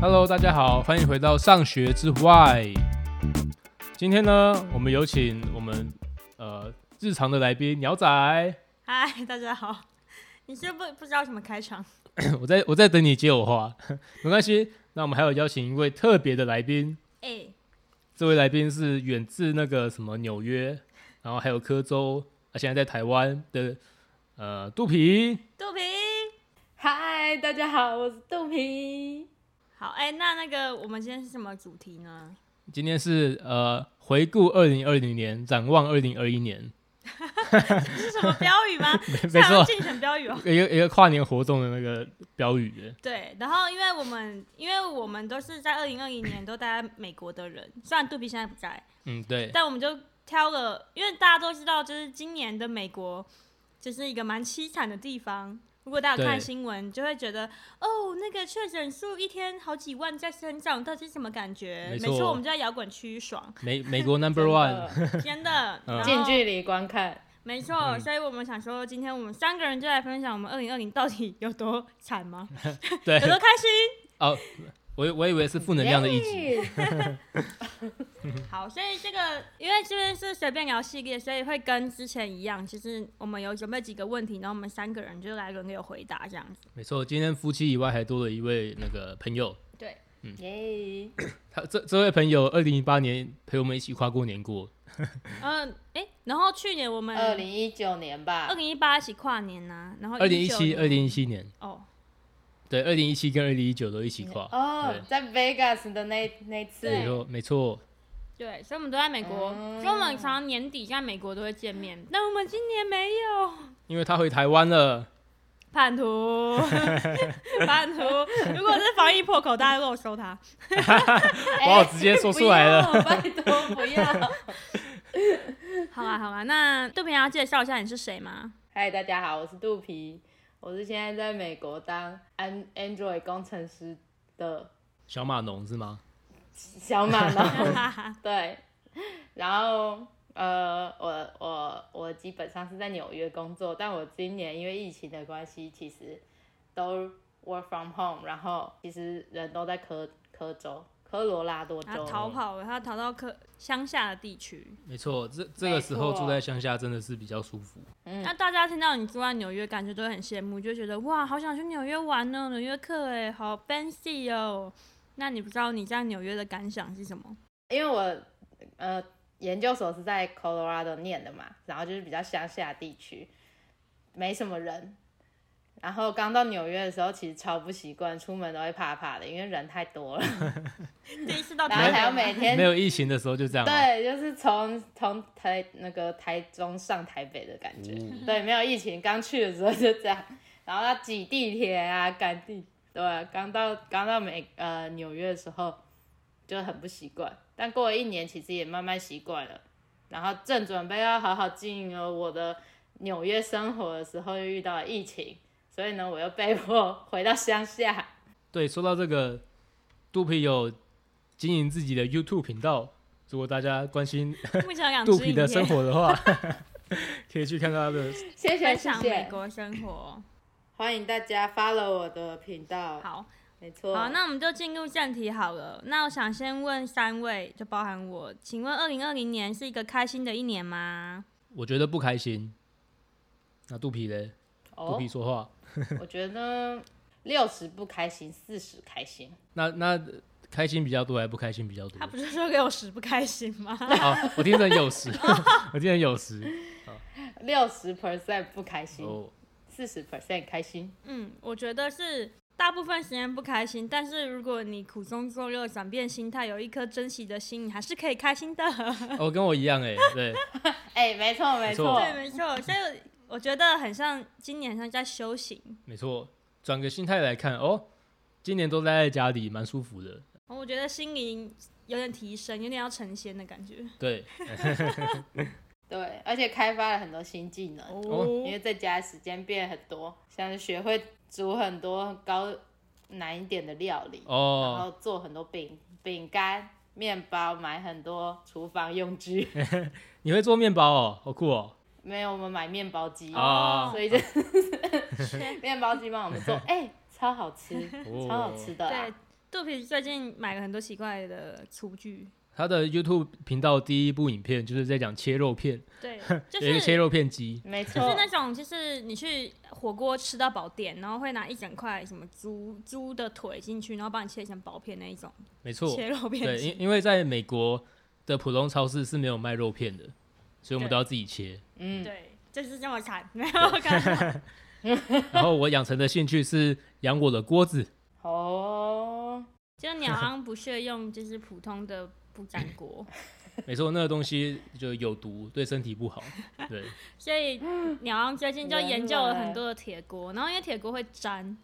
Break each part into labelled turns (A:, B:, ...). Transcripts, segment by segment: A: Hello，大家好，欢迎回到上学之外。今天呢，我们有请我们呃日常的来宾鸟仔，
B: 嗨， 大家好。你是不不知道怎么开场？
A: 我在我在等你接我话， 没关系。那我们还有邀请一位特别的来宾，
B: 哎、
A: 这位来宾是远自那个什么纽约，然后还有科州，啊，现在在台湾的呃肚皮。
B: 肚皮。
C: 嗨，大家好，我是肚皮。
B: 好，哎、那那个我们今天是什么主题 呢？
A: 今天是呃回顾二零二零年，展望二零二一年，
B: 是什么标语吗？
A: 没
B: 是好
A: 错
B: 像竞选标语哦。
A: 一个一个跨年活动的那个标语耶。
B: 对，然后因为我们因为我们都是在二零二一年都待在美国的人，虽然肚皮现在不在，
A: 嗯，对，
B: 但我们就挑了，因为大家都知道，就是今年的美国就是一个蛮凄惨的地方。如果大家有看
A: 对
B: 新闻，就会觉得哦，那个确诊数一天好几万在生长，到底是什么感觉？
A: 没
B: 没
A: 错
B: 错，我们就在摇滚区爽，
A: 美美国 Number
C: 真
A: One，
C: 的
B: 真的。
A: 嗯
B: 然后
C: 近距离观看，
B: 没错，所以我们想说，今天我们三个人就来分享我们二零二零到底有多 惨吗？
A: 对
B: 有，多开心？
A: 哦，我我以为是负能量的一集，
C: 耶。
B: 好，所以这个因为这边是随便聊系列，所以会跟之前一样，就是我们有准备几个问题，然后我们三个人就来轮流回答这样子。
A: 没错，今天夫妻以外还多了一位那个朋友，
B: 对，
A: 嗯
C: 耶！
A: 他这这位朋友二零一八年陪我们一起跨过年过，
B: 嗯、诶，然后去年我们
C: 二零一九年吧
B: 二，零一八一起跨年呐、然后
A: 二零一七
B: 19
A: 二零一七年，
B: 哦，
A: 对，二零一七跟二零一九都一起跨，
C: 哦
A: 对，
C: 在 Vegas 的那那次，
A: 没错没错，
B: 对，所以我们都在美国，
C: 嗯
B: 所以我们常常年底在美国都会见面，但我们今年没有。
A: 因为他回台湾了，
B: 叛徒， 叛徒！如果是防疫破口，大家都给我收他。
C: 哎
A: 哇，直接说出来了，
C: 不要拜托 不要。
B: 好啊，好啊，那杜平要介绍一下你是谁吗？
C: 嗨，大家好，我是肚皮，我是现在在美国当 An Android 工程师的
A: 小码农是吗？
C: 小马呢。
B: 哈哈，
C: 对，然后呃，我我我基本上是在纽约工作，但我今年因为疫情的关系，其实都 work from home，然后其实人都在科科州、科罗拉多
B: 他
C: 州。
B: 逃跑了，他逃到科乡下的地区。
A: 没错，这这个时候住在乡下真的是比较舒服，
C: 嗯
B: 那大家听到你住在纽约，感觉都会很羡慕，就觉得哇，好想去纽约玩哦，纽约客哎，好 fancy 哦。那你不知道你在纽约的感想是什么？
C: 因为我呃研究所是在 Colorado 念的嘛，然后就是比较乡下地区，没什么人。然后刚到纽约的时候，其实超不习惯，出门都会怕怕的，因为人太多了，
B: 第一次到
C: 然后
B: 台
C: 还要
B: 湾，
C: 每天
A: 没有疫情的时候就这样、啊，
C: 对，就是从从台那个台中上台北的感觉，对，没有疫情，刚去的时候就这样，然后要挤地铁啊，赶地，对啊、刚到刚到美呃纽约的时候就很不习惯，但过了一年，其实也慢慢习惯了，然后正准备要好好经营了我的纽约生活的时候，又遇到了疫情，所以呢，我又被迫回到乡下，
A: 对，说到这个，肚皮有经营自己的 YouTube 频道，如果大家关心
B: 目前有两
A: 肚
B: 支
A: 皮
B: 影
A: 的生
B: 片
A: 活的话，可以去看他的。
C: 谢谢
B: 分
C: 谢
B: 享美
C: 谢，
B: 国生 活。
C: 欢迎大家 follow 我的频道，
B: 好，
C: 没错，
B: 好，那我们就进入正题好了。那我想先问三位，就包含我，请问二零二零年是一个开心的一年吗？
A: 我觉得不开心。那肚皮嘞？肚
C: 哦
A: 皮。说话。
C: 我觉得六十不开心，四十开心。
A: 那那开心比较多，还不开心比较多
B: 他？不是说给我十不开心吗？
A: 啊，我听成有时，我听成有时。
C: 六十 percent 不开心，
A: 哦，
C: 四十 percent 开心。
B: 嗯，我觉得是大部分时间不开心，但是如果你苦中作乐，转变心态，有一颗珍惜的心，你还是可以开 心的。
A: 哦，跟我一样哎，对，
C: 哎、没错没
A: 没
C: 错，
B: 对，没错。所以我觉得很像今年很像在修行。
A: 没错。转个心态来看，哦，今年都待在家里，蛮舒服的。
B: 我觉得心灵有点提升，有点要成仙的感觉。
A: 对，
C: 对，而且开发了很多新技能，因
A: 哦
C: 为在家时间变很多，像是学会煮很多高难一点的料理，然
A: 哦，
C: 后做很多饼饼干、面包，买很多厨房用 具。
A: 你会做面包哦，好酷哦。
C: 没有，我们买面包机，
A: 哦
C: 所以 就是 面包机帮我们做，哎、超好吃，
A: 哦
C: 超好吃的啦、
A: 啊
B: 对，肚皮最近买了很多奇怪的厨具，
A: 他的 YouTube 频道第一部影片就是在讲切肉片，
B: 对，就
A: 有一个
B: 是
A: 切肉片机，
C: 没错，
B: 就是那种，就是你去火锅吃到饱店，然后会拿一整块什么猪猪的腿进去，然后帮你切成薄片那一种
A: 没错，
B: 切肉片
A: 对，
B: 机。
A: 因因为在美国的普通超市是没有卖肉片的，所以我们
B: 对
A: 都要自己切。
C: 嗯，
B: 对，就是这么 惨，没有看到。
A: 然后我养成的兴趣是养我的锅子，
C: 哦，
B: 就鸟昂不屑用就是普通的不粘 锅，
A: 没错，那个东西就有毒，对身体不好。 对，
B: 所以鸟昂最近就研究了很多的铁锅，然后因为铁锅会粘，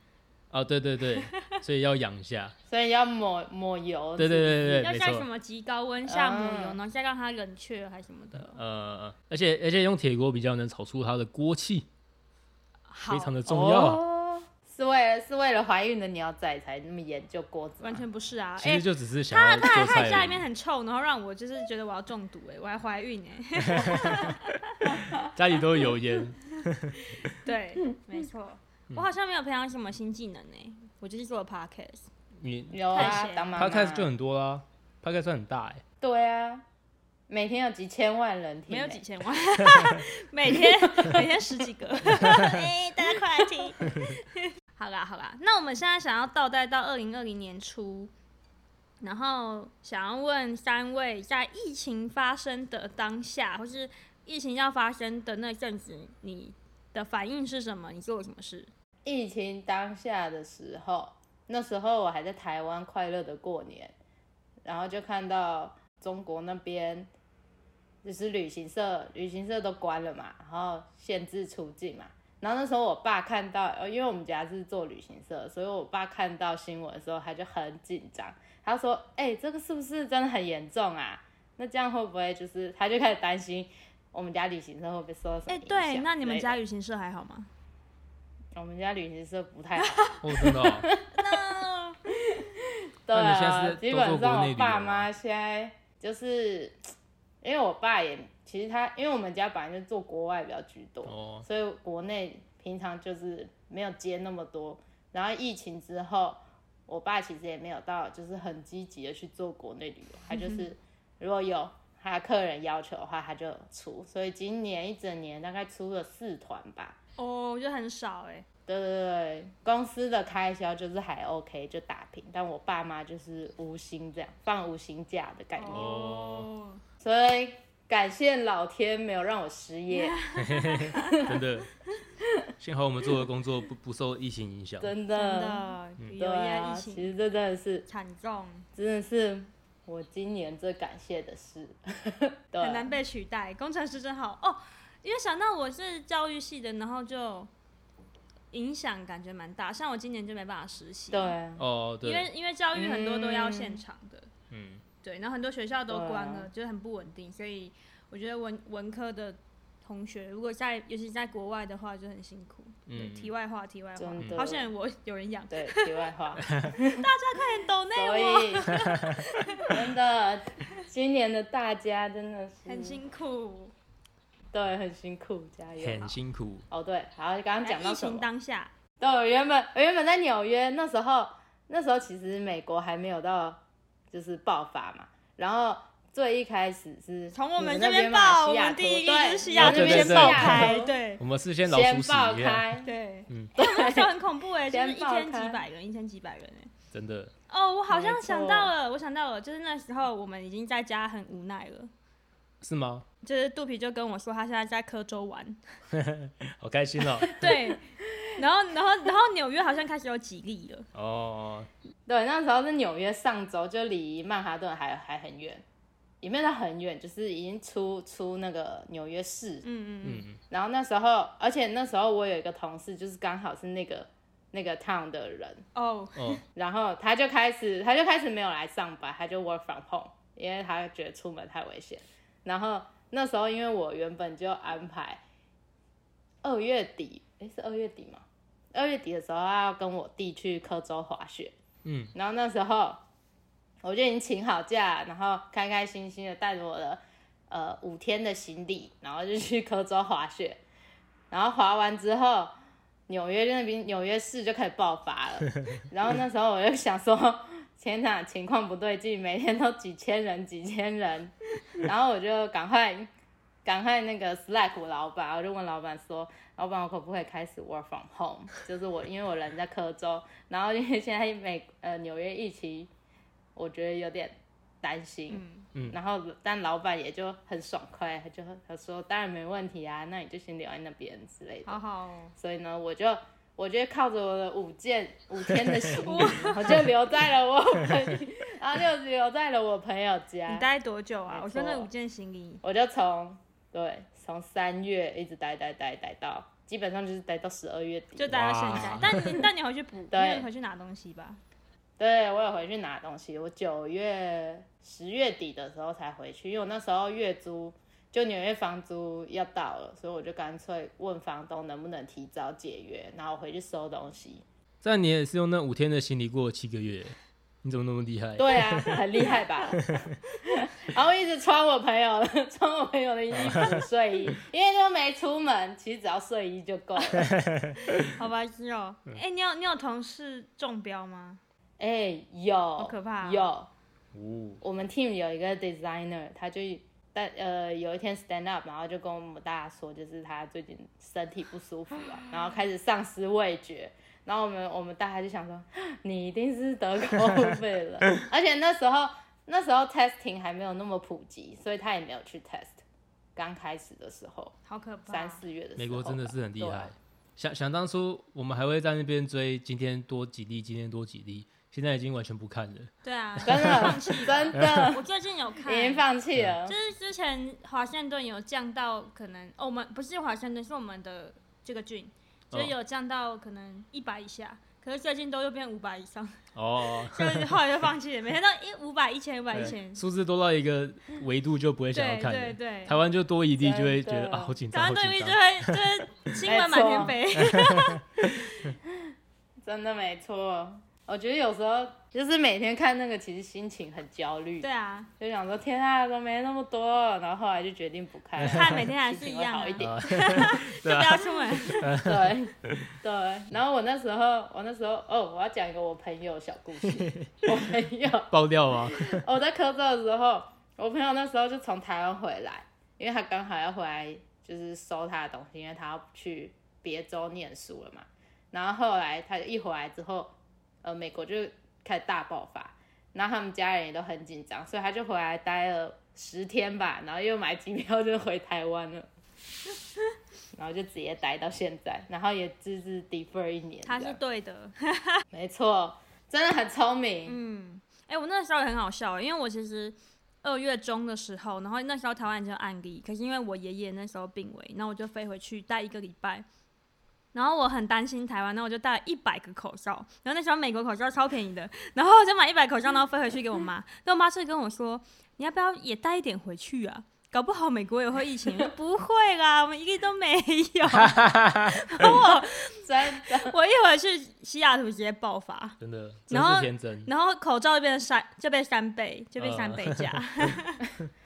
A: 啊，对对对，所以要养一下。
C: 所以要抹抹油，
A: 对对对对，
B: 要
A: 没
B: 在什
A: 错。
B: 么极高温下抹油，
C: 啊
B: 然后再让它冷却还什么的，
A: 呃，而且而且用铁锅比较能炒出它的锅气，
B: 好
A: 非，常的重要。
C: 哦是为了是为了怀孕的鸟仔才那么研究锅子吗，
B: 完全不是啊，
A: 其
B: 哎
A: 实，就只是想要做
B: 他
A: 菜而
B: 家里
A: 已，
B: 面很臭，然后让我就是觉得我要中毒哎、我还怀孕 哎、
A: 家里都有烟。
B: 对，没错，
A: 嗯
B: 我好像没有培养什么新技能哎、我就是做 podcast，
A: 你
C: 有
B: 太
C: 啊
B: 闲，
C: 当妈妈
A: Podcast 就很多啦，Podcast 算很大哎。
C: 对啊，每天有几千万人听、
B: 没
C: 欸，
B: 有几千 万，每天每天十几个， 哎、大家快来听。 好啦好啦，那我们现在想要倒带到二零二零年初，然后想要问三位，在疫情发生的当下，或是疫情要发生的那阵子，你的反应是什么？你做了什么事？
C: 疫情当下的时候，那时候我还在台湾快乐的过年，然后就看到中国那边就是旅行社，旅行社都关了嘛，然后限制出境嘛。然后那时候我爸看到，呃，因为我们家是做旅行社，所以我爸看到新闻的时候，他就很紧张，他说：“哎、这个是不是真的很严重啊？那这样会不会就是？”他就开始担心我们家旅行社会不会受到什么
B: 哎、
C: 影响之类的。
B: 对，那你们家旅行社还好吗？
C: 我们家旅行社不太好。
A: 哦，真 的哦。
C: 对
A: 那你现在
C: 啊
A: 是，
C: 基
A: 都做
C: 本
A: 国
C: 上
A: 内旅
C: 我爸
A: 游吗
C: 妈现在就是，因为我爸也其实他，因为我们家本来就做国外比较居多，
A: 哦
C: 所以国内平常就是没有接那么多。然后疫情之后，我爸其实也没有到就是很积极的去做国内旅游，他
A: 嗯
C: 就是如果有他客人要求的话，他就出。所以今年一整年大概出了四团吧。
B: 哦，我觉得很少哎、
C: 对对对，公司的开销就是还 OK，就打平。但我爸妈就是无薪这样放无薪假的概念，
A: 哦
C: 所以感谢老天没有让我 失业，
A: 真的，幸好我们做的工作不不受疫情影响。
B: 真
C: 真的。
B: 的，旅
C: 对
B: 游业
C: 啊，
B: 疫
C: 其
B: 情
C: 实这真的是，
B: 惨重，
C: 真的是我今年最感谢的事。对啊
B: 很难被取代。工程师真好哦，因为想到我是教育系的，然后就影响感觉蛮大。像我今年就没办法实习，
C: 对，啊，
A: 哦，
B: 因
A: 对，
B: 为因为教育很多都要
C: 嗯
B: 现场的，
A: 嗯，
B: 对，然后很多学校都
C: 对啊
B: 关了，就是很不稳定。所以我觉得文文科的同学，如果在尤其在国外的话，就很辛苦。对，
A: 嗯
B: 题外话，题外话
C: 真，的
B: 好险我有人养，
C: 对，题 外话。
B: 抖内
C: 所
B: 我
C: 以真的，今年的大家真的是
B: 很辛苦。
C: 对，很辛苦，加油。
A: 很辛苦。
C: 哦，对，好，刚刚讲
B: 在
C: 到
B: 哎疫
C: 什
B: 情
C: 么？
B: 当下，
C: 对，我原本我原本在纽约，那时候那时候其实美国还没有到就是爆发嘛，然后最一开始是
B: 从我
C: 你
B: 们
C: 们
B: 这
C: 那
B: 边
C: 嘛
B: 报，我
C: 西雅
B: 们
C: 图
B: 第一
C: 对
B: 个是西
C: 你
B: 雅
C: 们
B: 图
A: 哦对
C: 那边
B: 先
A: 对
B: 爆
A: 对
B: 开，对
A: 我们是先老鼠
C: 先
A: 屎
C: 爆
A: 一样，
C: 开，
B: 对，
A: 嗯
B: 哎我们那时候很恐怖哎， 就是
C: 先
B: 一
C: 爆
B: 天几
C: 开
B: 百人，一天几百人哎。
A: 真的。
B: 哦，我好
C: 没
B: 像想到
C: 错
B: 了，我想到了，就是那时候我们已经在家很无奈了，
A: 是吗？
B: 就是肚皮就跟我说他现在在科 州玩，
A: 好开心 哦！
B: 对，然后然后然后纽约好像开始有几例了，
A: 哦，
C: 对，那时候是纽约上周，就离曼哈顿还还很远，也没有到很远，就是已经出出那个纽约市
B: 嗯嗯嗯，
A: 嗯，
C: 然后那时候，而且那时候我有一个同事，就是刚好是那个那个 town 的人，
B: 哦，
A: 哦，
C: 然后他就开始，他就开始没有来上班，他就 work from home，因为他觉得出门太危险。然后那时候，因为我原本就安排二月底，诶，是二月底吗？二月底的时候他要跟我弟去科州滑雪，
A: 嗯，
C: 然后那时候我就已经请好假，然后开开心心的带着我的呃五天的行李，然后就去科州滑雪，然后滑完之后，纽约那边纽约市就开始爆发了。然后那时候我就想说， 天哪，情况不对劲，每天都几千人，几千人。然后我就赶快赶快那个 Slack 我老板，我就问老板说，老板我可不可以开始 work from home？就是我因为我人在科州，然后因为现在美呃纽约疫情，我觉得有点担心。
B: 嗯
C: 然后但老板也就很爽快，他就他说当然没问题啊，那你就先留在那边之类的。
B: 好好、哦，
C: 所以呢，我就我就靠着我的五件五天的行李，我就留在了我朋，然后就留在了我朋友
B: 你
C: 家。
B: 待多久啊？
C: 没
B: 我说那
C: 错
B: 五件行李，
C: 我就从对从三月一直待待待待到，基本上就是待到十二月底。
B: 就待到现在
A: 哇。
B: 但你但你回去 补，
C: 对
B: 你有回去拿东西吧。
C: 对我有回去拿东西，我九月十月底的时候才回去，因为我那时候月租就纽约房租要到了，所以我就干脆问房东能不能提早解约，然后我回去收东西。
A: 但你也是用那五天的行李过了七个月，你怎么那么厉害？
C: 对啊，很厉 害吧？然后一直穿我朋友的 穿我朋友的衣服睡衣，因为都没出门，其实只要睡衣就够了。
B: 好吧，是 哦。
A: 嗯
B: 哎、你有你有同事中标吗？
C: 哎、有，好
B: 可怕哦
C: 有。
A: 哦，
C: 我们 team 有一个 designer，他就但呃有一天 stand up，然后就跟我们大家说，就是他最近身体不舒服 啊，然后开始丧失味觉。然后我们我们大家就想说， 你一定是得COVID 了，而且那时候那时候 testing 还没有那么普及，所以他也没有去 test。刚开始的时候，
B: 好可怕。
C: 三四月的时候吧，
A: 美国真的是很厉
C: 对
A: 害
C: 啊。。
A: 想想当初我们还会在那边追今天多几例，今天多几例，现在已经完全不看了。
B: 对啊，
C: 真的
B: 放弃。
C: 真的
B: 我最近 有看，
C: 已经放弃了
B: 就，是之前华盛顿有降到可能，哦，我们不是华盛顿，是我们的这个郡，就是
A: 哦
B: 有降到可能一百以下。可是最近都又变五百以上，
A: 哦，
B: 所以后来就放弃了。每天都一五百、一千、五百、一千
A: 对，数字多到一个维度就不会想要
B: 对
A: 看
B: 对
A: 了。
B: 对。
A: 台湾就多一例就会觉
C: 真
A: 得
C: 的
A: 啊，好紧
B: 台
A: 张，好
B: 湾对
A: 紧
B: 立就
A: 张。
B: 会就是新闻满天飞，
C: 真的没错。我觉得有时候就是每天看那个，其实心情很焦虑。
B: 对啊，
C: 就想说天啊，怎么没那么多？然后后来就决定不 看，
B: 看每天还是一样啊
C: 心情会好一点。
B: 就
A: 啊
B: 不要出门。
C: 对对。然后我那时候，我那时候哦，我要讲一个我朋友的小故事。我朋友，
A: 爆料啊！
C: 我在科州的时候，我朋友那时候就从台湾回来，因为他刚好要回来，就是收他的东西，因为他要去别州念书了嘛。然后后来他一回来之后，呃，美国就开始大爆发，然后他们家人也都很紧张，所以他就回来待了十天吧，然后又买机票就回台湾了。 然后就直接待到现在，然后也只是 defer 一年这
B: 他
C: 样。
B: 是对的，
C: 没错，真的很聪明。
B: 嗯，哎、我那时候也很好笑欸，因为我其实二月中的时候，然后那时候台湾已经有案例，可是因为我爷爷那时候病危，那我就飞回去待一个礼拜。然后我很担心台湾，那我就带了一百个口罩。然后那时候美国口罩超便宜的，然后我就买一百口罩，然后飞回去给我妈。那我妈是跟我说：“你要不要也带一点回去啊？搞不好美国也会疫情。”我说不会啦，我们一个都没有。 然后我
C: 真的，
B: 我一回去，西雅图直接爆发。
A: 真的，真
B: 然后
A: 是天真。
B: 然后口罩就变成三，就被三倍，就被三倍加。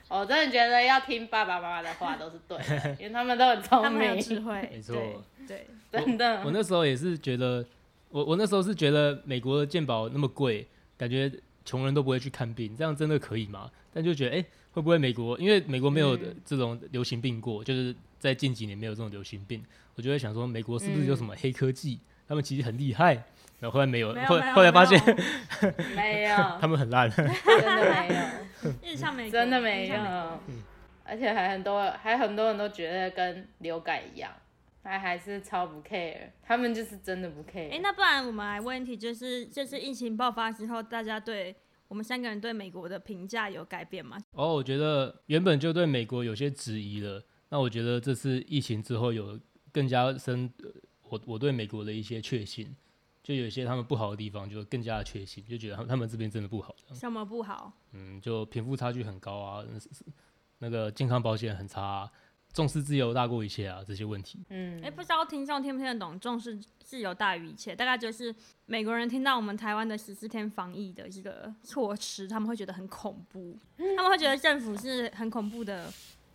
C: 我哦真的觉得要听爸爸妈妈的话都是对 的，因为他们都很聪
B: 他们很有
C: 明，
B: 智慧，
A: 没错
B: 对对，
C: 真
A: 我
B: 嗯
C: 的。
A: 那时候也是觉得，我我那时候是觉得美国的健保那么贵，感觉穷人都不会去看病，这样真的可以吗？但就觉得，哎、会不会美国，因为美国没有
C: 嗯
A: 这种流行病过，就是在近几年没有这种流行病，我就会想说，美国是不
B: 嗯
A: 是有什么黑科技？他们其实很厉害，然后后来没有，
B: 没有
A: 后
B: 没有
A: 后来发现
B: 没有
C: 没有，
A: 他们很烂。
C: 真的没有，
B: 日向美国
C: 真的没
B: 日向美国
C: 有。
A: 嗯
C: 而且还很多，还很多人都觉得跟流感一样，还还是超不 care，他们就是真的不
B: 哎、
C: care。
B: 那不然我们来问题，就是这次疫情爆发之后，大家对我们三个人对美国的评价有改变吗？
A: 哦，我觉得原本就对美国有些质疑了，那我觉得这次疫情之后有更加深呃我我对美国的一些确信，就有一些他们不好的地方就更加的确信，就觉得他们他们这边真的不好，
B: 什么不好？
A: 嗯，就贫富差距很高啊，那那个健康保险很差、啊，重视自由大过一切啊，这些问题。
C: 嗯
B: 哎、，不知道听众听不听得懂，重视自由大于一切，大概就是美国人听到我们台湾的十四天防疫的这个措施，他们会觉得很恐怖，他们会觉得政府是很恐怖的，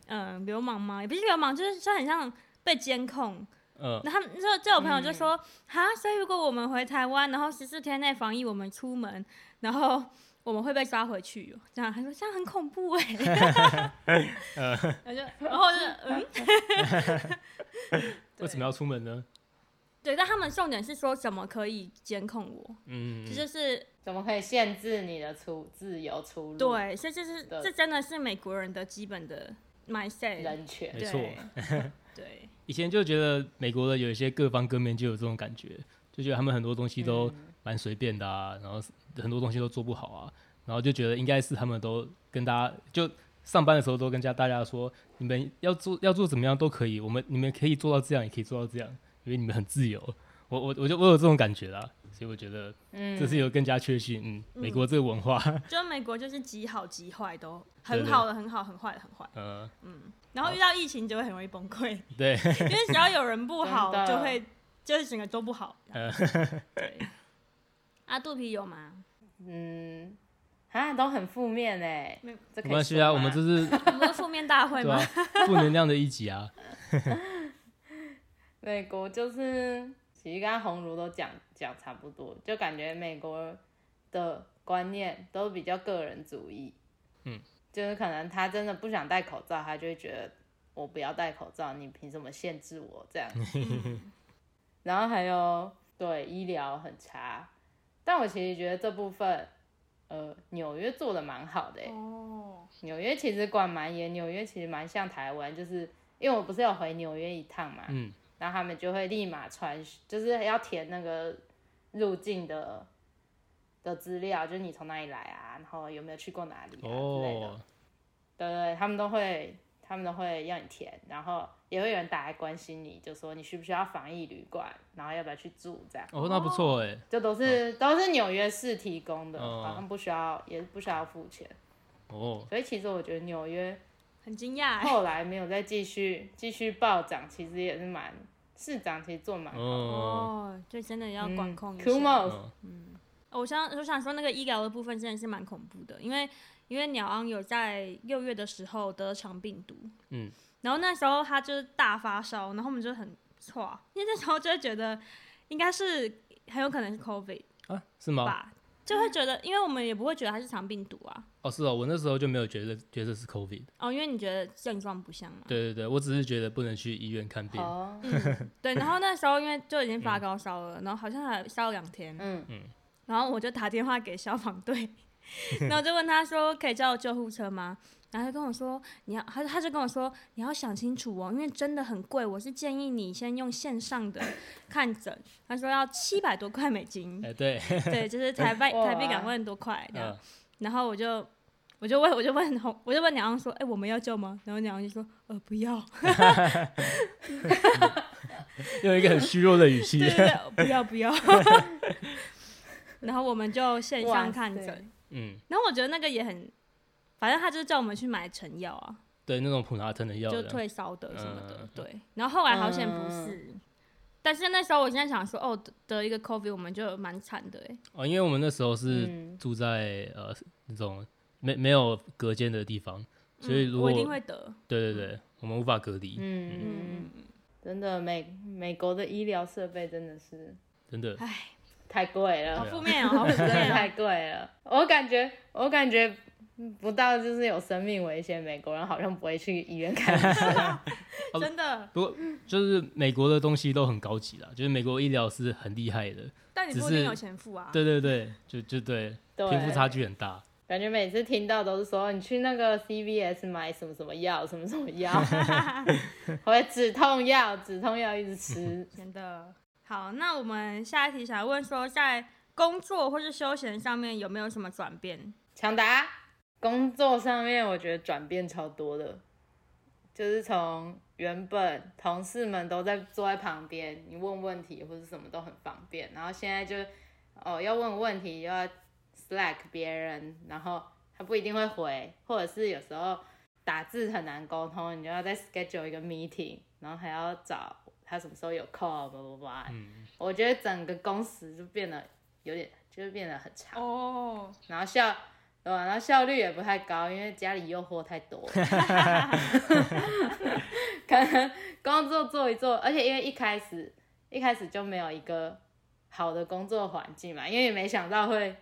B: 嗯、流氓吗？也不是流氓，就是就很像被监控。
A: 嗯，
B: 那他们就就有朋友就说，哈、所以如果我们回台湾，然后十四天内防疫，我们出门，然后我们会被抓回去哦。这样他说这样很恐怖哎、 然后就然后我就嗯，
A: 为什么要出门呢？
B: 对，但他们重点是说怎么可以监控我，
A: 嗯，
B: 这就是
C: 怎么可以限制你的出自由出入？，
B: 对，所以这是
C: 对
B: 这真的是美国人的基本的 mindset，
C: 人权
A: 没错。
B: 对，
A: 以前就觉得美国的有一些各方各面就有这种感觉，就觉得他们很多东西
C: 嗯
A: 都蛮随便的啊，然后很多东西都做不好啊，然后就觉得应该是他们都跟大家就上班的时候都跟家大家说，你们要做要做怎么样都可以，我们你们可以做到这样，也可以做到这样，因为你们很自由。我我我就我有这种感觉啦，所以我觉得这是有更加确信，嗯，美国这个文化，
B: 就美国就是极好极坏都
A: 对
B: 很
A: 对
B: 好的很好很坏的很坏，
C: 嗯
A: 呃，
B: 然后遇到疫情就会很容易 崩溃，
A: 对，
B: 因为只要有人不好
C: 真的
B: 就会就是整个都 不好。对，啊，肚皮有吗？
C: 嗯，啊，都很负面哎、
B: 没有
C: 这可
A: 没
C: 以
A: 关系啊，我
C: 说吗
A: 们这是
B: 我们负面大会
A: 对吧、
B: 吗？
A: 负能量的一集啊，
C: 美国就是，其实刚刚红茹都讲讲差不多，就感觉美国的观念都比较个人主义。
A: 嗯，
C: 就是可能他真的不想戴口罩，他就会觉得我不要戴口罩，你凭什么限制我这样？然后还有对医疗很差，但我其实觉得这部分，呃，纽约做的蛮好的、欸。
B: 哦，
C: 纽约其实管蛮严，纽约其实蛮像台湾，就是因为我不是有回纽约一趟嘛，
A: 嗯，
C: 然后他们就会立马传，就是要填那个入境的的资料，就是你从哪里来啊，然后有没有去过哪里啊、 之类的，
A: 哦，
C: 对对对，他们都会，他们都会要你填，然后也会有人打来关心你，就说你需不需要防疫旅馆，然后要不要去住这样，
A: 哦，那不错哎、
C: 就都是、都是纽约市提供的，
A: 哦
C: 好像不需要，也不需要付钱，
A: 哦，
C: 所以其实我觉得纽约。
B: 很惊讶欸，
C: 后来没有再继续继续暴涨，其实也是蛮市长其实做蛮
A: 哦，
B: 哦，就真的要管控一
C: c
B: 下
C: u m。o
A: 嗯
B: 我想我想说，那个医疗的部分真的是蛮恐怖的，因为因为鸟昂有在六月的时候得肠病毒，
A: 嗯，
B: 然后那时候他就是大发烧，然后我们就很错，啊因为那时候就会觉得应该是很有可能是 COVID
A: 啊，是吗？
B: 吧，就会觉得，因为我们也不会觉得它是肠病毒啊，
A: 哦，是哦，我那时候就没有觉得觉得是 COVID，
B: 哦，因为你觉得症状不像嘛，
A: 对对对，我只是觉得不能去医院看病，
C: 哦，
B: 嗯对，然后那时候因为就已经发高烧了，然后好像还烧了两天，
C: 嗯，
B: 然后我就打电话给消防队， 然后我就问他说可以叫救护车吗？然后他跟我说你要，他他就跟我说你要想清楚哦，因为真的很贵，我是建议你先用线上的看诊。他说要七百多块美金
A: 哎、，对，
B: 对，就是台币
C: 哇
B: 台币两万多块这样
A: 嗯。
B: 然后我就我就问我就问红我就问娘说，哎、我们要救吗？然后娘就说呃不要，
A: 用一个很虚弱的语气
B: 对，对对，不要不要。 然后我们就线上
C: 哇
B: 看
C: 塞
B: 诊。
A: 嗯，
B: 然后我觉得那个也很，反正他就是叫我们去买成药啊，
A: 对，那种普拿疼的药
B: 就
A: 的，
B: 退烧的什么的，
A: 嗯
B: 对。然后后来好险不是，但是那时候我现在想说，哦，得得一个 COVID 我们就蛮惨的哎、
A: 哦，因为我们那时候是
C: 嗯
A: 住在、呃那种没没有隔间的地方，所以
B: 嗯
A: 如果、
B: 我一定会得，
A: 对对对，我们无法隔离，
C: 嗯，
B: 嗯，
C: 真的美美国的医疗设备真的是
A: 真的，
B: 唉，
C: 太贵
B: 好
A: 对啊啊
C: 了，
B: 负面哦，好负
C: 真的
B: 面
C: 太
B: 哦，
C: 贵了。我感觉我感觉不到就是有生命危险，美国人好像不会去医院看 医生。
A: 哦
B: 真的，
A: 不过就是美国的东西都很高级啦，就是美国医疗是很厉害的，
B: 但你
A: 只
B: 不一定
A: 是
B: 有钱付啊，
A: 对对对，就就对，
C: 对
A: 贫富差距很大，
C: 感觉每次听到都是说哦你去那个 CVS 买什么什么药，什么什么药， 或者止痛药，止痛药一直吃。
B: 真的。好，那我们下一题想要问说，在工作或是休闲上面有没有什么转变？
C: 强达，工作上面我觉得转变超多的，就是从原本同事们都在坐在旁边，你问问题或者什么都很方便，然后现在就哦要问问题又要 Slack 别人，然后他不一定会回，或者是有时候打字很难沟通，你就要再 schedule 一个 meeting，然后还要找他什么时候有空，啊叭叭叭。
A: 嗯，
C: 我觉得整个工时就变得有点，就是变得很长。
B: 哦，
C: 然后效，对吧？然后效率也不太高，因为家里诱惑太多， 可能工作做一做，而且因为一开始一开始就没有一个好的工作环境嘛，因为也没想到会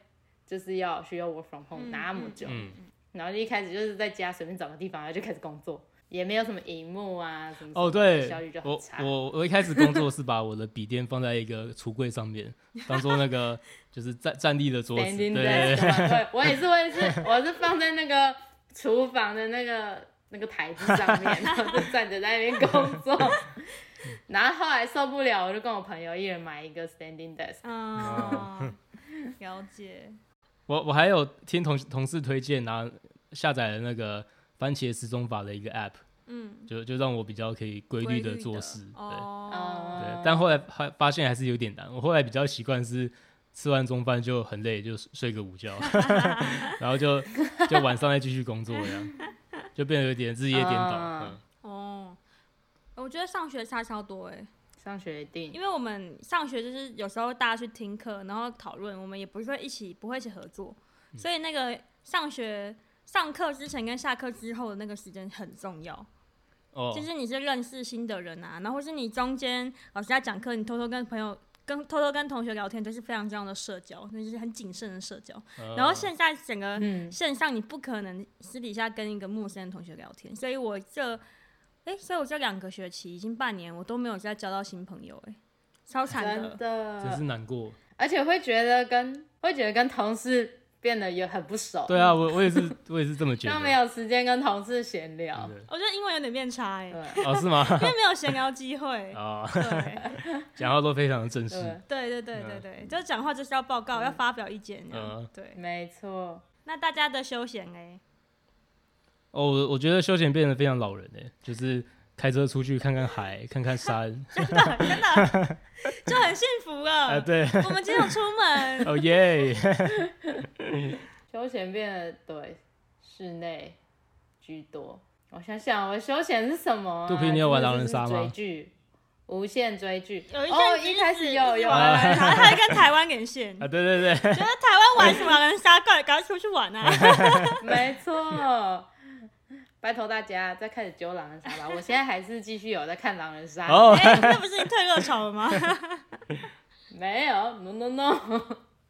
C: 就是要需要 work from
A: 嗯
C: home 那么久，然后就一开始就是在家随便找个地方，然后就开始工作，也没有什么荧幕啊什么什么
A: 哦，
C: 的
A: 对
C: 效率就，很
A: 我
C: 差。
A: 我我一开始工作是把我的笔电放在一个橱柜上面，当做那 个就是站站立的桌子，对
C: standing
A: 对对
C: desk，对我也是，我也是，我是放在那个厨房的那个那个台子上 面，然后就站着在那边工作。然后后来受不了，我就跟我朋友一人买一个 standing desk。
B: 啊，了解。
A: 我我还有听同同事推荐拿下载了那个番茄时钟法的一个 app，
B: 嗯，
A: 就就让我比较可以规律的
B: 的
A: 做事，对
B: 哦，
A: 对
C: 嗯。
A: 但后来还发现还是有点难，我后来比较习惯是吃完中饭就很累，就睡个午觉， 然后就就晚上再继续工作这样，就变得有点日夜颠倒。
C: 嗯
A: 嗯
B: 哦，我觉得上学差超多哎，
C: 上学一定
B: 因为我们上学就是有时候大家去听课，然后讨论，我们也不是会一起，不会一起合作，所以那个上学上课之前跟下课之后的那个时间很重要。
A: 哦，
B: 就是你是认识新的人啊，然后或是你中间老师在讲课，你偷偷跟朋友、跟偷偷跟同学聊天，这是非常重要的社交，那就是很谨慎的社
A: 哦
B: 交。
A: 嗯
B: 然后现在整个
C: 嗯
B: 线上，你不可能私底下跟一个陌生的同学聊天，所以我这，哎、所以我这两个学期已经半年，我都没有再交到新朋友、诶，哎，超惨
C: 真
B: 的。
A: 真
C: 的，
A: 是难过。
C: 而且会觉得跟会觉得跟同事变得也很不熟，
A: 对啊，我我也是我也是这么觉
C: 就
A: 得。
C: 没有时间跟同事闲聊。
A: 对
B: 我觉得英文有点变差、 诶，
C: 对
A: 哦，是吗？。
B: 因为没有闲聊机会
A: 啊，
B: 对
A: 讲话都非常的正式
C: 对。，
B: 对对对对对，就讲话就是要报告，要发表意见这样
A: 嗯
B: 对，
C: 没错，
B: 那大家的休闲嘞？
A: 哦，我我觉得休闲变得非常老人哎，就是开车出去看看海，看看山，
B: 真的就很幸福 了。
C: 呃
A: 啊，对，
B: 我们今天有出门，
A: 哦耶，
C: 休闲变得对室内居多。我想想，我休闲是什么、啊？
A: 杜平你有玩狼人杀吗
C: 真的就是追剧，无限追剧。
B: 有一
C: 哦，
B: 阵子
C: 一开始有
B: 一直
C: 有
B: 玩狼
C: 玩
B: 人杀，还跟台湾连线，
A: 啊，对对对，
B: 觉得台湾玩什么狼人杀，快赶快出去玩啊！
C: 没错。拜托大家再开始揪狼人杀吧！我现在还是继续有在看狼人杀。
A: 哦，
B: 哎，那不是已经退热潮了吗？
C: 没有，no no no。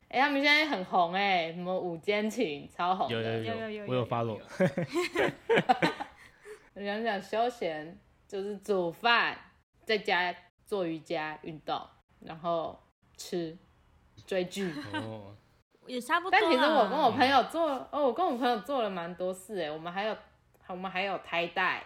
C: 哎、 他们现在很红哎、什么午间情超红
A: 有
C: 的。
A: 有
B: 有有有
A: 我有
B: 有
A: follow，
C: 我想想休闲就是煮饭，在家做瑜伽运动，然后吃追剧。
A: 哦，
B: 也差不多啊
C: 但
B: 啦。
C: 其实我跟我朋友做，哦，我跟我朋友做了蛮多事哎，我们还有我们还有胎带，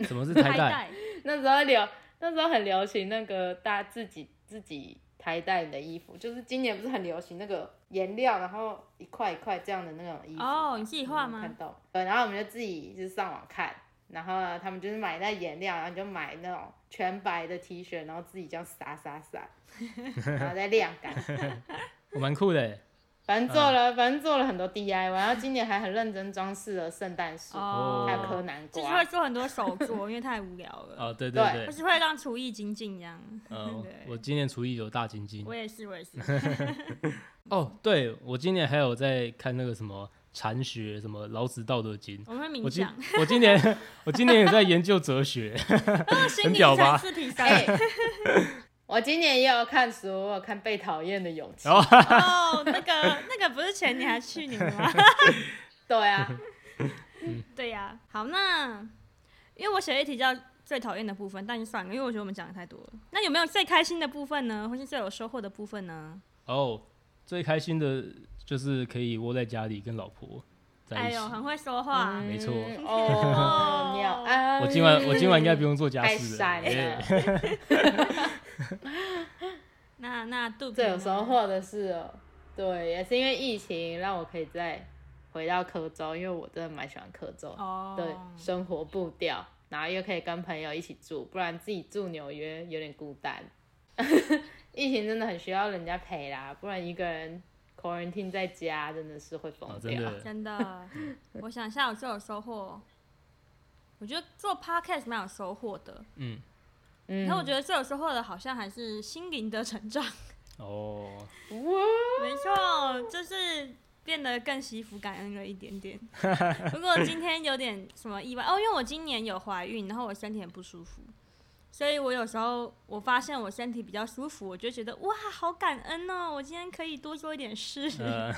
A: 什么是台
B: 台
A: 带？
B: 带，
C: 那时候流那时候很流行那个大家自己自己胎带你的衣服，就是今年不是很流行那个颜料，然后一块一块这样的那种衣服。
B: 哦，你自己画
C: 有没有
B: 吗
C: 看？到，对，然后我们就自己就是上网看，然后呢他们就是买那颜料，然后你就买那种全白的 T 恤，然后自己这样撒撒 撒，然后再晾干。
A: 我蛮酷的欸，
C: 反正做了，反正做了很多 DIY，然后今年还很认真装饰了圣诞树，
B: 哦
C: 还有颗南
B: 就是会
C: 瓜。
B: 做很多手作，因为太无聊了，
A: 哦，对
C: 对
A: 对
B: 就
A: 对，
B: 是会让厨艺精进这样。
A: 嗯，
B: 对
A: 我今年厨艺有大精进
B: 我。也是，我也是。
A: 哦，对我今年还有在看那个什么禅学，什么老子道德经。
B: 我们会冥
A: 我今
B: 想，
A: 我今年 我今年也在研究哲学，
B: 心理
A: 屌吧
B: 层次提升。
C: 哎、我今年也有看书，我有看《被讨厌的勇气》
A: 然后
B: 哦，那个那个不是前年还是去年的吗？
C: 对啊，
B: 对呀、好，那因为我写了一题叫最讨厌的部分，但是算了，因为我觉得我们讲的太多了。那有没有最开心的部分呢，或是最有收获的部分呢？
A: 哦，最开心的就是可以窝在家里跟老婆在
B: 哎
A: 一起。
B: 呦，很会说话。
A: 没错
C: 嗯哦， 妙啊！
A: 我今晚我今晚应该不用做家
C: 太
A: 事
C: 闪
A: 了。哎
C: 了。
B: 啊
A: 耶
B: 那那杜比
C: 最
B: 呢
C: 有收获的是哦，对，也是因为疫情让我可以再回到科州，因为我真的蛮喜欢科州
B: 哦，
C: 的生活步调，然后又可以跟朋友一起住，不然自己住纽约有点孤单。 疫情真的很需要人家陪啦，不然一个人 quarantine 在家真的是会疯
A: 哦，真
C: 掉。
A: 的
B: 真的。我想一下，我最有收获，我觉得做 podcast 蛮有收获的。
C: 嗯
B: 然后我觉得最有收获的，好像还是心灵的成长。
A: 哦，
B: 没错，就是变得更惜福感恩了一点点。如果今天有点什么意外哦，因为我今年有怀孕，然后我身体很不舒服，所以我有时候我发现我身体比较舒服，我就觉得哇，好感恩哦，我今天可以多做一点事，
A: 呃，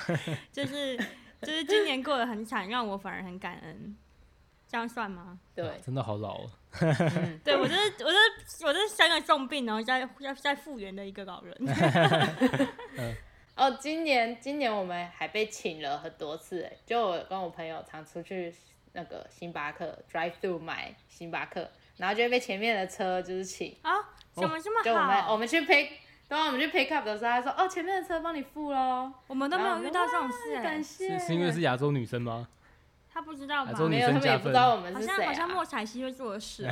B: 就是就是今年过得很惨，让我反而很感恩，这样算吗？
C: 对，
A: 真的好老、哦。
C: 嗯，
B: 对我就是我就是我就是生了重病，然后再再再复原的一个老 人。
C: 哦，今年今年我们还被请了很多次欸，就我跟我朋友常出去那个星巴克 drive through 买星巴克，然后就会被前面的车就是请，
B: 啊、怎么这么
C: 就我们哦
B: 好？
C: 我们去 pick，对啊，我们去 pick up 的时候，他说哦前面的车帮你付喽，
B: 我们都没有遇到这种事、
C: 哇
B: 哎
C: 感，谢，
A: 是是因为是亚洲女生吗？
B: 他不知道吧
A: 还？说你
C: 没有，他们也不知道我们
B: 好
C: 是
B: 像
C: 谁、啊，
B: 好像莫彩希会做的事、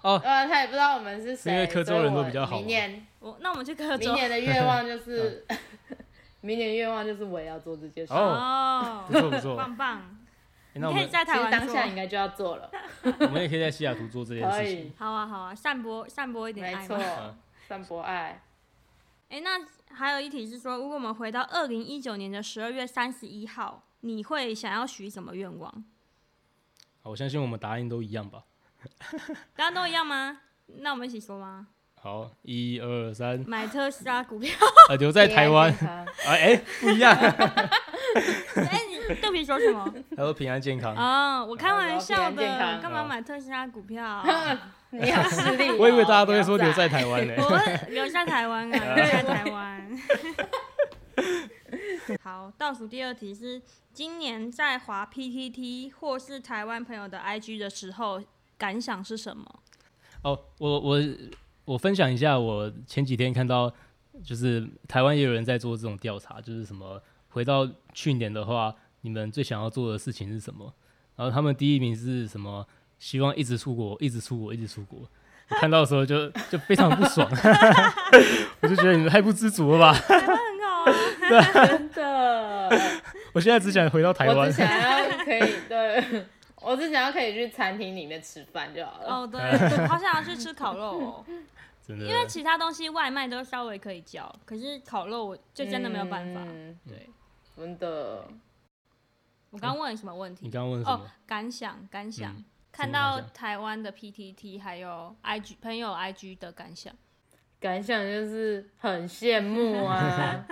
B: 哦。
C: 对啊，他也不知道我们是谁，
A: 因为科州人都比较好
C: 所以我明年
B: 我那我们去科
C: 明
B: 州
C: 年的愿望就是， 明年愿望就是我也要做这件事。
A: 嗯哦
B: 哦
A: 不，错不错。
B: 棒 棒，
A: 欸
B: 你
A: 那我
B: 可以
A: 们
B: 在
C: 其
B: 台
C: 实
B: 湾
C: 当
B: 做
C: 下应该就要 做了，
A: 我们也可以在西雅图做这件
C: 可
A: 事情
C: 以。，
B: 好啊好啊，散播散播一点
C: 没
B: 爱
C: 错
B: 嘛。，
C: 散播爱。
B: 哎、那还有一题是说，如果我们回到二零一九年的十二月三十一号，你会想要许什么愿望？
A: 好，我相信我们答案都一样吧。
B: 大家都一样吗？那我们一起说吗？
A: 好，一二三，
B: 买特斯拉股票？
A: 呃，留 在台湾
C: 平。安健康
A: 啊，哎，不一样。
B: 哎、你对不起说什 么？
A: 他说平安健康，
B: 啊、我开玩笑
C: 我要平安健
B: 的，
C: 康
B: 干嘛买特斯拉股 票？
C: 你好势利哦。
A: 我以为大家都会说留 在
C: 在
A: 台湾呢。
B: 我会留在台湾 啊，留在台湾。 好，倒数第二题是今年在滑 PTT 或是台湾朋友的 IG 的时候，感想是什么？
A: 哦，我我我分享一下，我前几天看到，就是台湾也有人在做这种调查，就是什么回到去年的话，你们最想要做的事情是什么？然后他们第一名是什么？希望一直出国，一直出国，一直出国。我看到的时候就就非常不爽， 我就觉得你们太不知足了吧！
B: 台湾很好啊，
C: 真的，
A: 我现在只想回到台
C: 我
A: 湾
C: 只。想要可以对，我只想要可以去餐厅里面吃饭就好了。
B: 哦 对，好想要去吃烤肉哦，
A: 真的
B: 因，为其他东西外卖都稍微可以叫，可是烤肉我就真的没有办法。
C: 嗯
B: 对，
C: 真的，
B: 我刚问了什么问题
A: 你？刚刚问什
B: 哦
A: 么？，
B: 感想感想，
A: 嗯什么感
B: 看到
A: 想
B: 台湾的 PTT 还有 IG 朋友 IG 的感想，
C: 感想就是很羡慕 啊，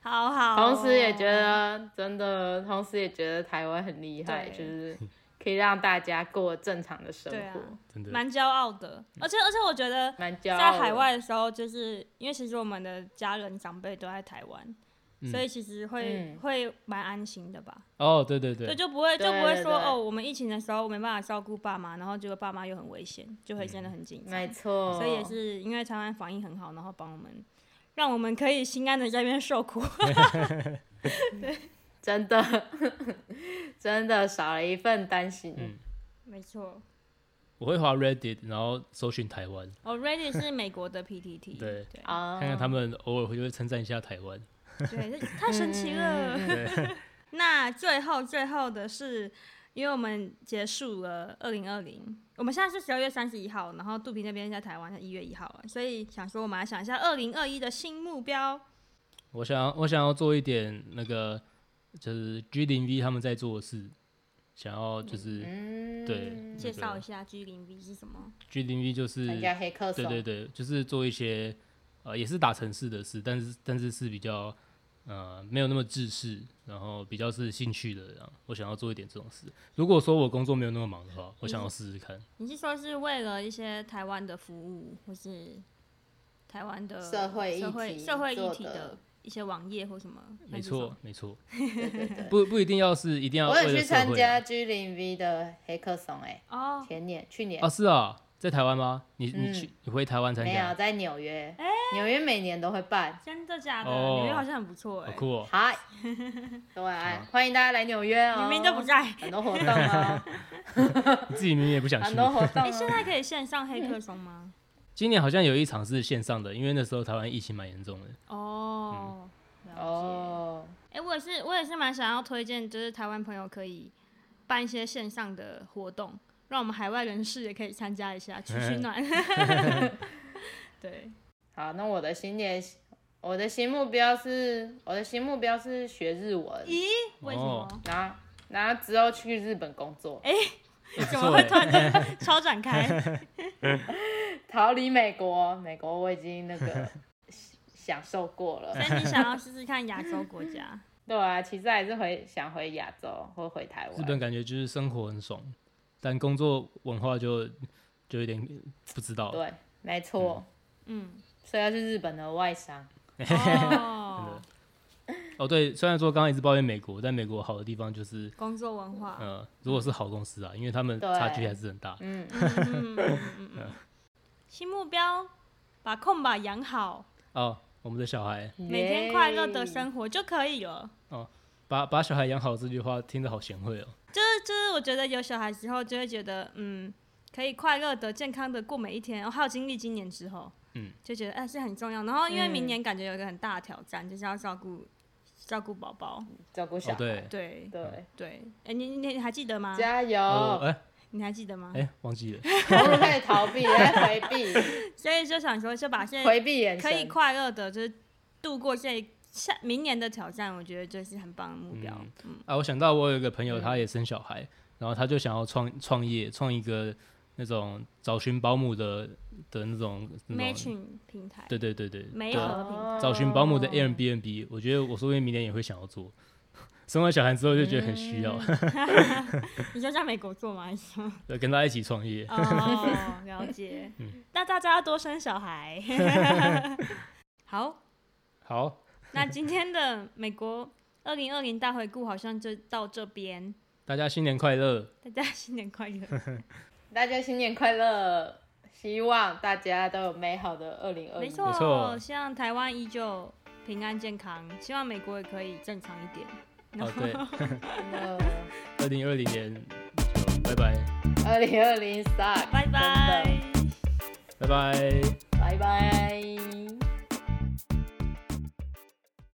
B: 好好哦、
C: 同时也觉得真的，同时也觉得台湾很厉害，
B: 对
C: 就是可以让大家过正常的生
B: 对啊
C: 活，
A: 真的，
B: 蛮骄傲的，
A: 嗯
B: 而且而且我觉得
C: 蛮骄傲的。
B: 在海外的时候，就是因为其实我们的家人长辈都在台湾。所以其实会、
C: 嗯
B: 会蛮安心的吧，
A: 哦，对对
B: 对，
A: 对，
B: 就不会就
C: 对
B: 不会说
C: 对对
B: 哦，我们疫情的时候没办法照顾爸妈，然后结果爸妈又很危险，就
A: 嗯
B: 会真的很紧张。
C: 没错，
B: 所以
A: 哦
B: 也是因为台湾防疫很好，然后帮我们，让我们可以心安的在那边受苦。
C: 真的， 真的少了一份担心。
A: 嗯
B: 没错
A: 我会滑 Reddit，然后搜寻台湾，
B: 哦 r e a d y 是美国的 PTT，
A: 对
B: 对
C: 啊，
A: 看看他们偶尔会就会称赞一下台湾。
B: 对，这太神奇了。嗯 那最后最后的是，因为我们结束了二零二零，我们现在是十二月三十一号，然后杜平那边在台湾是一月一号了，所以想说我们来想一下二零二一的新目标。
A: 我想要我想要做一点那个，就是 G 零 V 他们在做的事，想要就是、
C: 嗯
A: 对
B: 介绍一下 G 零 V 是什么？
A: G 零 V 就是
C: 参加黑客
A: 对
C: 松，
A: 对对，就是做一些呃也是打城市的事，但是但是是比较呃没有那么制式，然后比较是兴趣的，这样我想要做一点这种事。如果说我工作没有那么忙的话，我
C: 嗯
A: 想要试试看。
B: 你是说是为了一些台湾的服务，或是台湾的
C: 社会议
B: 社会
C: 题
B: 社会议
C: 做
B: 题
C: 的
B: 的一些网页或什么？
A: 没错，没 错，
C: 对对对
A: 不不一定要是一定要
C: 我有
A: 为了
C: 去
A: 社
C: 参
A: 会
C: 加
A: 啊
C: G 零 V 的黑客松，哎，
B: 哦，
C: 前年去年
A: 啊，是啊，在台湾吗？你
C: 嗯
A: 你去你回台湾参
C: 没有
A: 加？
C: 在纽约，
B: 哎
C: 纽约每年都会办。
B: 真的假的？
A: 哦
B: 你们好像很不错哎、
A: 好酷哦！
C: 嗨，对，啊欢迎大家来纽约哦，
B: 明明就不在。
C: 很多活动 哦，
A: 你自己明明也不想去
C: 很。多活动
B: 哎、现
C: 哦。
B: 在可以线上黑客松 吗？
A: 今年好像有一场是线上的，因为那时候台湾疫情蛮严重的。
B: 哦，了解。
C: 哦，
B: 哎、我也是，我也是蛮想要推荐，就是台湾朋友可以办一些线上的活动，让我们海外人士也可以参加一下，取取 暖。 对，
C: 好，那我的新年，我的新目标是，我的新目标是学日文，
B: 咦，为什么？
A: 哦
C: 然后然后之后去日本工作。
A: 欸不
B: 怎么
A: 错
B: 会
A: 欸
B: 突然间超展开？
C: 逃离美国，美国我已经那个享受过了。
B: 所以你想要试试看亚洲国 家？
C: 对啊，其实还是回想回亚洲或回台
A: 日
C: 湾。
A: 本感觉就是生活很爽，但工作文化就就有点不知道。
C: 对，没错，
B: 嗯，
C: 所以要去日本的外商。
B: 哦，
A: 哦，对，虽然说刚刚一直抱怨美国，但美国好的地方就是，
B: 工作文化，
A: 呃，如果是好公司啊，因为他们
C: 对
A: 差距还是很大。
C: 嗯，
B: 嗯嗯嗯嗯嗯，新目标，把空把养好，
A: 哦，我们的小孩，
B: 每天快乐的
C: 活。
B: 生活就可以了。
A: 把把小孩养好这句话听着好贤惠哦。
B: 就是就是，我觉得有小孩之后，就会觉得嗯，可以快乐的、健康的过每一天。然、哦后还有经历今年之后，
A: 嗯，
B: 就觉得哎、是很重要。然后因为明
C: 嗯
B: 年感觉有一个很大的挑战，就是要照顾照顾宝宝。
C: 照顾小
A: 哦
C: 孩，，
A: 对，
B: 对
C: 对
B: 对，哎、你你你还记得吗？
C: 加油！
A: 哦，哎
B: 你还记得吗？
A: 哎，忘记了，
C: 不可以逃避，来回 避，
B: 所以就想说，就把现在
C: 回避眼神。
B: 可以快乐的，就是度过这一下明年的挑战，我觉得这是很棒的目标。
A: 嗯
B: 嗯
A: 啊，我想到我有一个朋友，他也生小孩，然后他就想要创创业，创一个那种找寻保姆的的那种那种，
B: ，matching 平台，
A: 对对对对，
B: 媒
A: 对啊
B: 合平
C: 哦
B: 台。
A: 找寻保姆的 Airbnb，我觉得我说不定明年也会想要做。 生完小孩之后就觉得很需要，
B: 你就在美国做吗？还是什么
A: 对跟他一起创业。
B: 哦， 了解。
A: 嗯
B: 那大家要多生小孩。 好，
A: 好，
B: 那今天的美国二零二零大回顾好像就到这边，
A: 大家新年快乐！
B: 大家新年快乐！
C: 大家新年快乐！希望大家都有美好的二零二
B: 没
C: 一。
A: 没
B: 错，
A: 错
B: 希望台湾依旧平安健康，希望美国也可以正常一点。
A: 哦， 对，
C: 呃，
A: 二零二零年就拜拜，
C: 二零二零 s t
B: 拜拜。
A: 拜拜。
C: 拜拜。